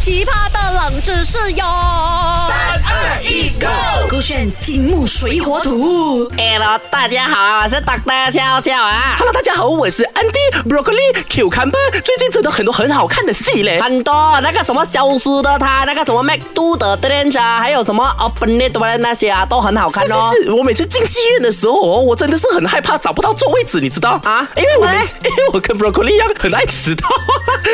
奇葩的冷知识哟！三二一，Go！勾选金木水火土。 Hello，大家好，我是 Dr. 笑笑啊。 Hello，大家好，我是 Andy Broccoli Cucumber。最近真的很多很好看的戏嘞。很多那个什么消失的他，那个什么 Mac Do 的 Dance 啊，还有什么 Open It 的那些啊，都很好看是哦。是是，我每次进戏院的时候哦，我真的是很害怕找不到座位置，你知道啊因为我哎因为我跟 Broccoli 一样很爱迟到。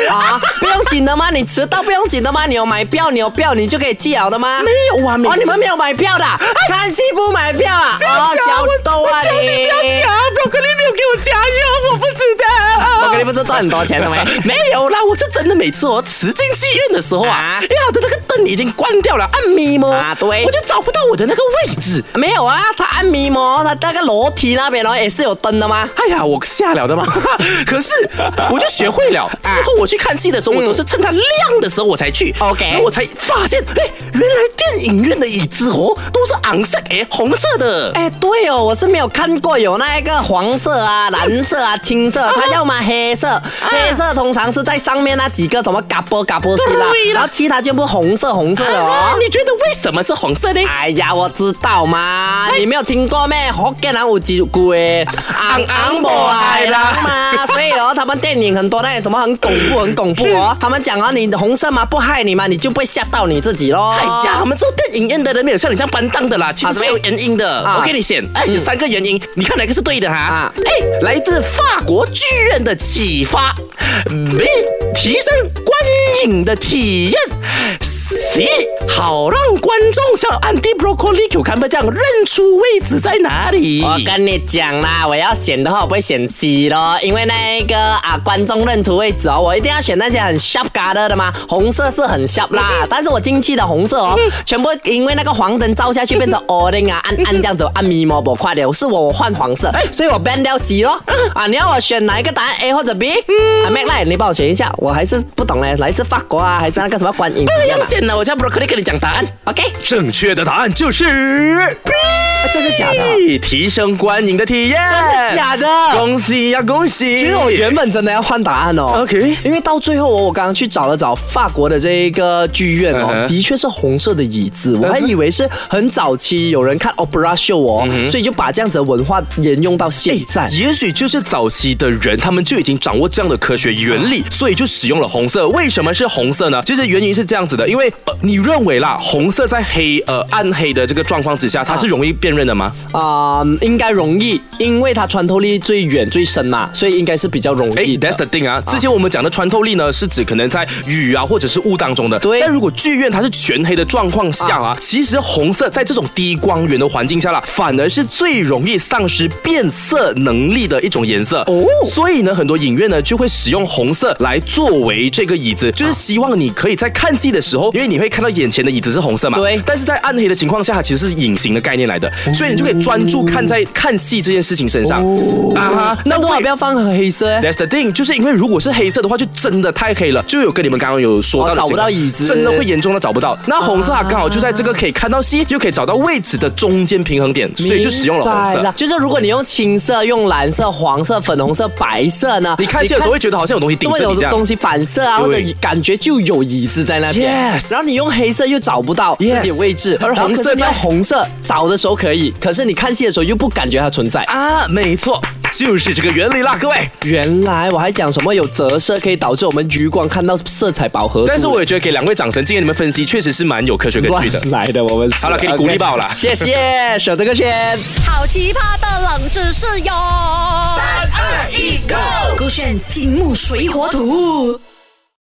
啊，不用紧的吗？你迟到不用紧的吗？你有买票，你有票你就可以寄了的吗？没有啊每次哦，你们没有买票的，看戏不买票啊？哦，小豆啊我求你不要你。讲，Broccoli 没有给我加油，我不知道。我跟你不是赚很多钱的吗？ 没有啦，我是真的每次哦，迟进戏院的时候啊，啊因为他的那个灯已经关掉了，暗咪么啊对我就找不到我的那个位置。没有啊，他按迷摩，他那个楼梯那边哦也是有灯的吗？哎呀，我吓了的嘛！ 可是我就学会了，啊之后我去看戏的时候，我都是趁它亮的时候我才去。 OK 然后我才发现，哎，原来电影院的椅子哦都是昂色哎，红色的。哎，对哦，我是没有看过有那一个黄色啊、蓝色啊、青色，它要么黑色，黑色通常是在上面那几个什么嘎波嘎波西啦对，啦然后其他全部红色红色的啊哦。你觉得为什么是红色呢？哎呀，我知道嘛，你没有听过咩？福建人有几句昂昂无爱啦嘛，所以哦，他们电影很多那些什么很恐怖，很恐怖哦。他们讲哦，你红色嘛不害你嘛，你就不会吓到你自己咯。哎呀，我们做电影院的人没有像你这样搬档的啦，其实哦啊是对有原因的。啊我给你选，哎，有三个原因，你看哪个是对的哈啊？A，来自法国剧院的启发；B，提升观影的体验；C，好让观众像 Andy Broccoli Cucumber 这样认出位置在哪里。我跟你讲啦，我要选的话，我不会选 C 咯，因为那一个啊，观众认出位置哦，我一定要选那些很 sharp color 的嘛，红色是很 sharp 啦，但是我近期的红色哦，全部因为那个黄灯照下去变成 orange 啊，暗暗这样子，暗咪摸不快点，是我我换黄色，哎所以我 ban 掉 C 咯。啊，你要我选哪一个答案 A 或者 B？啊，Mac 嗯来，你帮我选一下，我还是不懂嘞，来自法国啊，还是那个什么观影？啊不要选了，我叫 Broccoli 跟你讲答案。 OK，正确的答案就是 B，啊真的假的？提升观影的体验。真的假的？恭喜呀、恭喜！其实我原本真的要换答案哦 OK 因为到最后我我刚刚去找了找法国的这一个剧院哦嗯哼的确是红色的椅子，我还以为是很早期有人看 opera show 哦嗯所以就把这样子的文化沿用到现在。也许就是早期的人，他们就已经掌握这样的科学原理，所以就使用了红色。为什么是红色呢？其实原因是这样子的，因为呃，你认为啦，红色在黑呃暗黑的这个状况之下，它是容易辨认的吗？啊、应该容易，因为它穿透力最远最深嘛，所以应该是比较容哎易的。 ，that's the thing 啊！之前我们讲的穿透力呢，是指可能在雨啊或者是雾当中的。对但如果剧院它是全黑的状况下啊，其实红色在这种低光源的环境下啦，反而是最容易丧失变色能力的一种颜色。哦哦，所以呢，很多影院呢就会使用红色来作为这个椅子，就是希望你可以在看戏的时候，因为你会看到眼前的椅子是红色嘛。对但是在暗黑的情况下，它其实是隐形的概念来的，所以你就可以专注看在看戏这件事情身上。啊哈，那多少为不要放黑色欸 That's the thing，就是因为如果是黑色的话，就真的太黑了，就有跟你们刚刚有说到的哦找不情况到椅子真的会严重的找不到。那红色它啊刚好就在这个可以看到 C，又可以找到位置的中间平衡点，所以就使用了红明白色。就是如果你用青色、用蓝色、黄色、粉红色、白色呢，你看戏的时候会觉得好像有东西顶因为着有你这样。东西反射啊，或者对感觉就有椅子在那边。 Yes 然后你用黑色又找不到 Yes 自己的位置，而然后红可色是你在用红色找的时候可以，可是你看戏的时候又不感觉它存在。啊，没错，就是这个原理啦，各位。原来我还讲什么有折射可以导致我们余光看到色彩饱和度但是我也觉得给两位掌声，今天你们分析确实是蛮有科学根据的。乱来的，我们是好了给你鼓励吧好了 OK，谢谢，舍得个圈。好奇葩的冷知识哟！三二一，Go！勾选金木水火土。